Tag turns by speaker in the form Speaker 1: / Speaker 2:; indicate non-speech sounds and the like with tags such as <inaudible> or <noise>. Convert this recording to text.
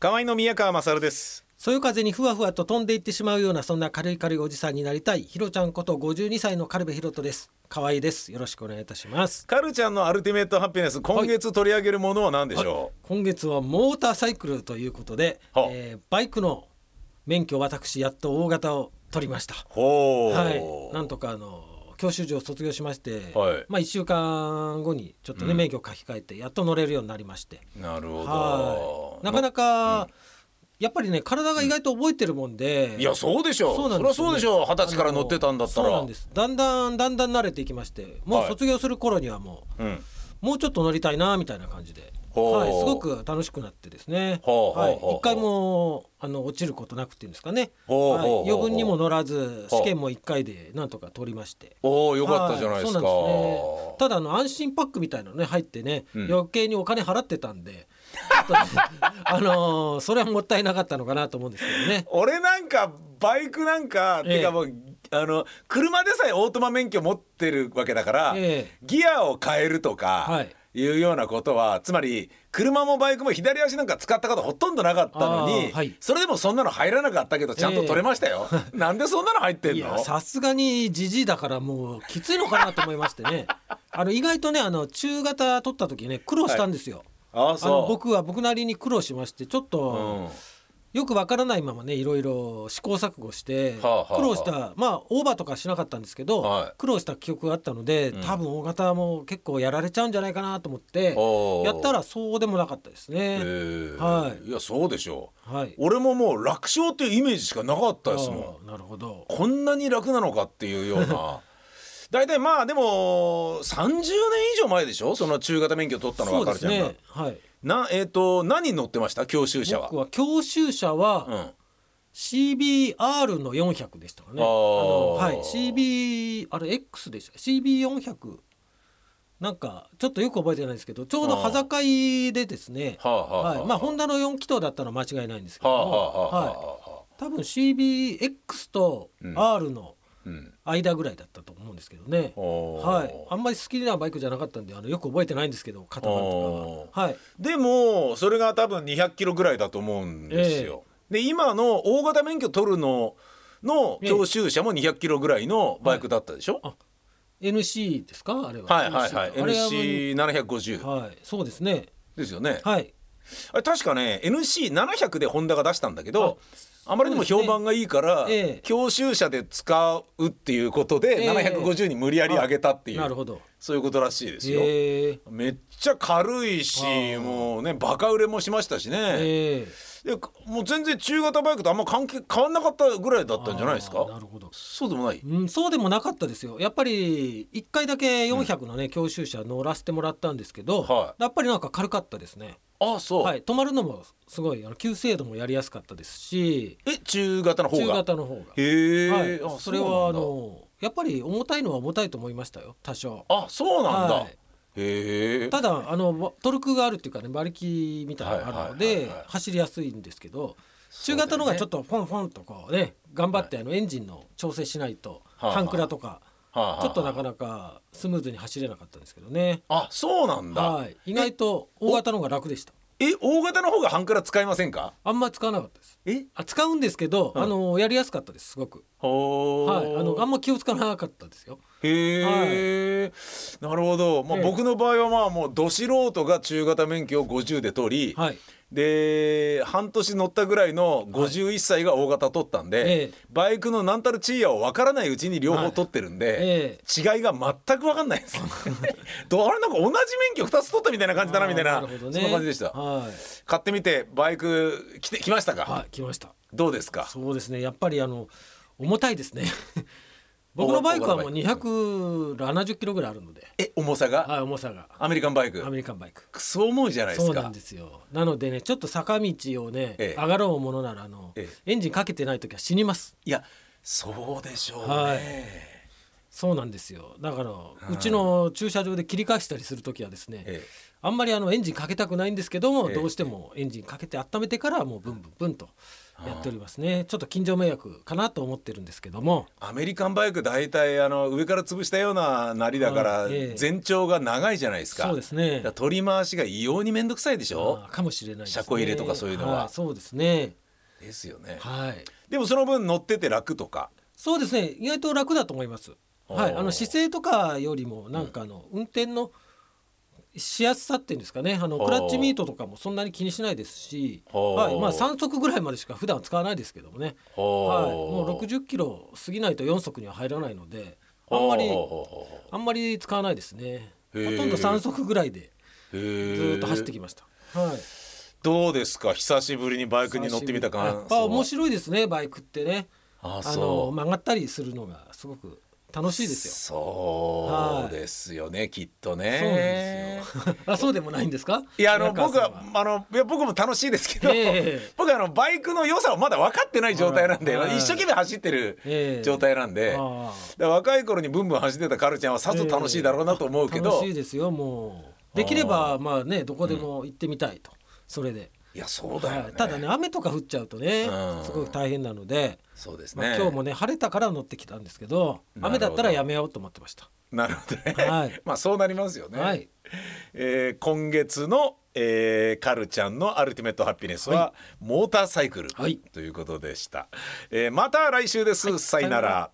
Speaker 1: 河合の宮川勝です
Speaker 2: そよ風にふわふわと飛んでいってしまうようなそんな軽い軽いおじさんになりたいひろちゃんこと52歳の軽部ひろとです可愛いですよろしくお願いいたします
Speaker 1: カルちゃんのアルティメットハッピネス今月取り上げるものは何でしょ
Speaker 2: 今月はモーターサイクルということで、
Speaker 1: はあ
Speaker 2: えーバイクの免許私やっと大型を取りました
Speaker 1: う、ほう
Speaker 2: はい、なんとかあの教習所を卒業しまして、
Speaker 1: はい
Speaker 2: まあ1週間後にちょっとね、
Speaker 1: うん
Speaker 2: 免許を書き換えてやっと乗れるようになりまして
Speaker 1: なる
Speaker 2: は
Speaker 1: ほど
Speaker 2: いなかな
Speaker 1: か
Speaker 2: か、やっぱりね体が意外と覚えてるもんで、
Speaker 1: いやそうでしょう
Speaker 2: そ
Speaker 1: そ
Speaker 2: うなん
Speaker 1: りゃ
Speaker 2: ですよ
Speaker 1: そうでしょう二十歳から乗ってたんだったら
Speaker 2: そうなんですだんだんだんだん慣れていきましても
Speaker 1: は
Speaker 2: う
Speaker 1: い
Speaker 2: 卒業する頃にはもう、
Speaker 1: うん
Speaker 2: もうちょっと乗りたいなみたいな感じで、
Speaker 1: ほう
Speaker 2: はい、すごく楽しくなってですね、
Speaker 1: ほう
Speaker 2: はい、
Speaker 1: ほうほう
Speaker 2: 一回もあの落ちることなくっていうんですかね、
Speaker 1: ほう
Speaker 2: はい
Speaker 1: ほうほう
Speaker 2: 余分にも乗らず
Speaker 1: ほう
Speaker 2: 試験も一回でなんとか通りまして。
Speaker 1: おおよかったじゃないですか、
Speaker 2: はそうなんですね、ただあの安心パックみたいなのね入ってね、
Speaker 1: うん
Speaker 2: 余計にお金払ってたんで <laughs> ちょっとあのーそれはもったいなかったのかなと思うんですけどね
Speaker 1: 俺なんかバイクなんか、
Speaker 2: ええ
Speaker 1: てかもうあの車でさえオートマ免許持ってるわけだから、
Speaker 2: ええ
Speaker 1: ギアを変えるとか、
Speaker 2: はいい、
Speaker 1: うようなことはつまり車もバイクも左足なんか使ったことほとんどなかったのに、
Speaker 2: あーはい
Speaker 1: それでもそんなの入らなかったけどちゃんと取れました
Speaker 2: <laughs>
Speaker 1: よ、なんでそんなの入ってん
Speaker 2: い
Speaker 1: の
Speaker 2: やさすがにじじいだからもうきついのかなと思いまして
Speaker 1: <laughs>
Speaker 2: ねあの意外とねあの中型取った時ね苦労したんですよ、
Speaker 1: あ
Speaker 2: あの僕は僕なりに苦労しましてちょっ
Speaker 1: うん
Speaker 2: と、よくわからないままねいろいろ試行錯誤して、
Speaker 1: はあはあはあ
Speaker 2: 苦労したまあオーバーとかしなかったんですけど、
Speaker 1: はい
Speaker 2: 苦労した記憶があったので、
Speaker 1: うん
Speaker 2: 多分大型も結構やられちゃうんじゃないかなと思って
Speaker 1: おー
Speaker 2: やったらそうでもなかったです
Speaker 1: え
Speaker 2: ね。
Speaker 1: ー
Speaker 2: はい
Speaker 1: いやそうでしょう
Speaker 2: はい、
Speaker 1: 俺ももう楽勝っていうイメージしかなかったですもん
Speaker 2: あーなるほど
Speaker 1: こんなに楽なのかっていうよう
Speaker 2: <laughs>
Speaker 1: な大体まあでも30年以上前でしょその中型免許取ったの
Speaker 2: そ
Speaker 1: 分
Speaker 2: う
Speaker 1: かる
Speaker 2: です
Speaker 1: じゃん
Speaker 2: ね、はい、
Speaker 1: なえっ、と何に乗ってました教習車は
Speaker 2: 僕は教習車は、
Speaker 1: うん
Speaker 2: CBR の400でしたかね。
Speaker 1: あー
Speaker 2: あのはい、CB あれ X でした CB400 なんかちょっとよく覚えてないですけどちょうど
Speaker 1: あー
Speaker 2: 端境でですね
Speaker 1: はあはあはあ
Speaker 2: はいまあホンダの4気筒だったのは間違いないんですけど
Speaker 1: はあ
Speaker 2: も
Speaker 1: はあはあは
Speaker 2: はい
Speaker 1: あはあ
Speaker 2: 多分 CBX と
Speaker 1: うん
Speaker 2: R の
Speaker 1: うん
Speaker 2: 間ぐらいだったと思うんですけどね、
Speaker 1: おー
Speaker 2: はい、あんまり好きなバイクじゃなかったんであのよく覚えてないんですけど型番とかは、はい、
Speaker 1: でもそれが多分200キロぐらいだと思うんですよ、で今の大型免許取るのの教習車も200キロぐらいのバイクだったでしょ、
Speaker 2: あ NC ですかあれは
Speaker 1: はい、はいはい
Speaker 2: NC かあれは
Speaker 1: NC750
Speaker 2: はい、そうですね
Speaker 1: ですよね、
Speaker 2: はい
Speaker 1: あれ確かね NC700 でホンダが出したんだけどあまりにも評判がいいから、
Speaker 2: そうですねええ
Speaker 1: 教習車で使うっていうことで、
Speaker 2: ええ
Speaker 1: 750に無理やり上げたっていう、
Speaker 2: なるほど
Speaker 1: そういうことらしいですよ。
Speaker 2: ええ
Speaker 1: めっちゃ軽いし
Speaker 2: あー
Speaker 1: もうねバカ売れもしましたしね、
Speaker 2: ええ
Speaker 1: でもう全然中型バイクとあんま関係変わんなかったぐらいだったんじゃないです
Speaker 2: あ
Speaker 1: か
Speaker 2: ーなるほど、
Speaker 1: そうでもない
Speaker 2: うん、そうでもなかったですよやっぱり1回だけ400のね、教習車乗らせてもらったんですけど、
Speaker 1: は
Speaker 2: やっぱりなんか軽かったですね、
Speaker 1: ああそう、
Speaker 2: はい、止まるのもすごいあの急制度もやりやすかったですし
Speaker 1: え中型の方が
Speaker 2: 中型の方が、
Speaker 1: へえ、
Speaker 2: は
Speaker 1: あ
Speaker 2: い、それはあ
Speaker 1: うなんだ
Speaker 2: のやっぱり重たいのは重たいと思いましたよ多少
Speaker 1: あそうなんだ、
Speaker 2: はい
Speaker 1: へえ
Speaker 2: ただあのトルクがあるっていうかね馬力みたいなのがあるの
Speaker 1: はいはい
Speaker 2: で
Speaker 1: はいはい
Speaker 2: 走りやすいんですけど
Speaker 1: そう
Speaker 2: 中
Speaker 1: だよね
Speaker 2: 型のがちょっとフォンフォンとこうね頑張ってあのエンジンの調整しないと
Speaker 1: はいはい
Speaker 2: 半クラとか
Speaker 1: はあはあ
Speaker 2: ちょっとなかなかスムーズに走れなかったんですけどね
Speaker 1: あそうなんだ、
Speaker 2: はい意外と大型の方が楽でした
Speaker 1: え大型の方が半から使いませんか
Speaker 2: あんま使わなかったです
Speaker 1: え
Speaker 2: あ使うんですけど
Speaker 1: うん
Speaker 2: あのやりやすかったですすごく
Speaker 1: ほー
Speaker 2: はいあのあんま気を使わなかったですよ
Speaker 1: へえ、なるほど、まあ、
Speaker 2: ええ
Speaker 1: 僕の場合はまあもうど素人が中型免許を50で取り、
Speaker 2: はい
Speaker 1: で半年乗ったぐらいの51歳が大型取ったんで、
Speaker 2: ええ
Speaker 1: バイクのなんたるチーヤを分からないうちに両方取ってるんで、
Speaker 2: ええ
Speaker 1: 違いが全く分かんない
Speaker 2: <laughs>
Speaker 1: ですどうあれなんか同じ免許2つ取ったみたいな感じだなみたいな
Speaker 2: あーるほど
Speaker 1: そ
Speaker 2: ね
Speaker 1: んな感じでした
Speaker 2: はい
Speaker 1: 買ってみてバイク来て来ましたか、
Speaker 2: はい来ました
Speaker 1: どうですか
Speaker 2: そうですねやっぱりあの重た
Speaker 1: <laughs>
Speaker 2: いですね僕のバイクはもう270キロぐらいあるので、
Speaker 1: え重さが、
Speaker 2: はい、重さが
Speaker 1: アメリカンバイク
Speaker 2: アメリカンバイク
Speaker 1: クソ重いじゃないです
Speaker 2: そ
Speaker 1: か
Speaker 2: うなんですよなのでねちょっと坂道をね、
Speaker 1: ええ
Speaker 2: 上がろうものならあの、
Speaker 1: え
Speaker 2: エンジンかけてない時は死にます
Speaker 1: いやそうでしょうね、
Speaker 2: はいそうなんですよだからうちの駐車場で切り返したりする時はですね、
Speaker 1: ええ
Speaker 2: あんまりあのエンジンかけたくないんですけども、
Speaker 1: ええ
Speaker 2: どうしてもエンジンかけて温めてからもうブンブンブンとやっておりますねちょっと近所迷惑かなと思ってるんですけども
Speaker 1: アメリカンバイク大体あの上から潰したようななりだから
Speaker 2: はいええ
Speaker 1: 全長が長いじゃないですか
Speaker 2: そうですね
Speaker 1: だから取り回しが異様に面倒くさいでしょ
Speaker 2: あーかもしれないですね
Speaker 1: 車庫入れとかそういうのはい
Speaker 2: そうですね
Speaker 1: ですよね
Speaker 2: はい
Speaker 1: でもその分乗ってて楽とか
Speaker 2: そうですね意外と楽だと思いますはい
Speaker 1: おー
Speaker 2: あの姿勢とかよりもなんかあの運転のしやすさっていうんですかねあの
Speaker 1: おー
Speaker 2: クラッチミートとかもそんなに気にしないですし、
Speaker 1: おー
Speaker 2: はいまあ、3速ぐらいまでしか普段は使わないですけどもね、はい、もう60キロ過ぎないと4速には入らないのであんまりあんまり使わないですねほ
Speaker 1: へー
Speaker 2: とんど3速ぐらいでず
Speaker 1: ず
Speaker 2: ーっと走ってきました、はい、
Speaker 1: どうですか久しぶりにバイクに乗ってみた
Speaker 2: や
Speaker 1: 感
Speaker 2: っぱ面白いですねバイクってね
Speaker 1: あ
Speaker 2: あ
Speaker 1: そ
Speaker 2: の
Speaker 1: う
Speaker 2: 曲がったりするのがすごく楽しいですよ
Speaker 1: そうですよね、きっとね。
Speaker 2: そうなんです <laughs> よ。あ、そうでもないんですか。
Speaker 1: いやあの
Speaker 2: 宮川
Speaker 1: 僕
Speaker 2: さん
Speaker 1: はあのいや僕も楽しいですけど、
Speaker 2: ええ
Speaker 1: 僕はあのバイクの良さをまだ分かってない状態なんで、
Speaker 2: あら
Speaker 1: 一生懸命走って
Speaker 2: え
Speaker 1: る
Speaker 2: え
Speaker 1: 状態なんで、だか
Speaker 2: あ
Speaker 1: ら若い頃にブンブン走ってたカルちゃんはさぞ楽しいだろうなと思
Speaker 2: あ
Speaker 1: うけど、
Speaker 2: 楽しいですよ、もう。できれば、まあね、どこでも行ってみたいと。それで。
Speaker 1: いやそうだよね。
Speaker 2: はいただね、雨とか降っちゃうとね
Speaker 1: う、ん
Speaker 2: すごく大変なので。
Speaker 1: そうです
Speaker 2: まあ
Speaker 1: ね。
Speaker 2: 今日もね、晴れたから乗ってきたんですけど、
Speaker 1: なる
Speaker 2: 雨
Speaker 1: ほど
Speaker 2: だったらやめようと思ってました。
Speaker 1: なるほどね。
Speaker 2: はい
Speaker 1: <laughs> まあそうなりますよね。
Speaker 2: はい。
Speaker 1: えー今月の、えーカルちゃんの「アルティメットハピネスは」
Speaker 2: は
Speaker 1: モーターサイクル
Speaker 2: はい
Speaker 1: ということでした、えーまた来週です、さよな
Speaker 2: さよな
Speaker 1: ら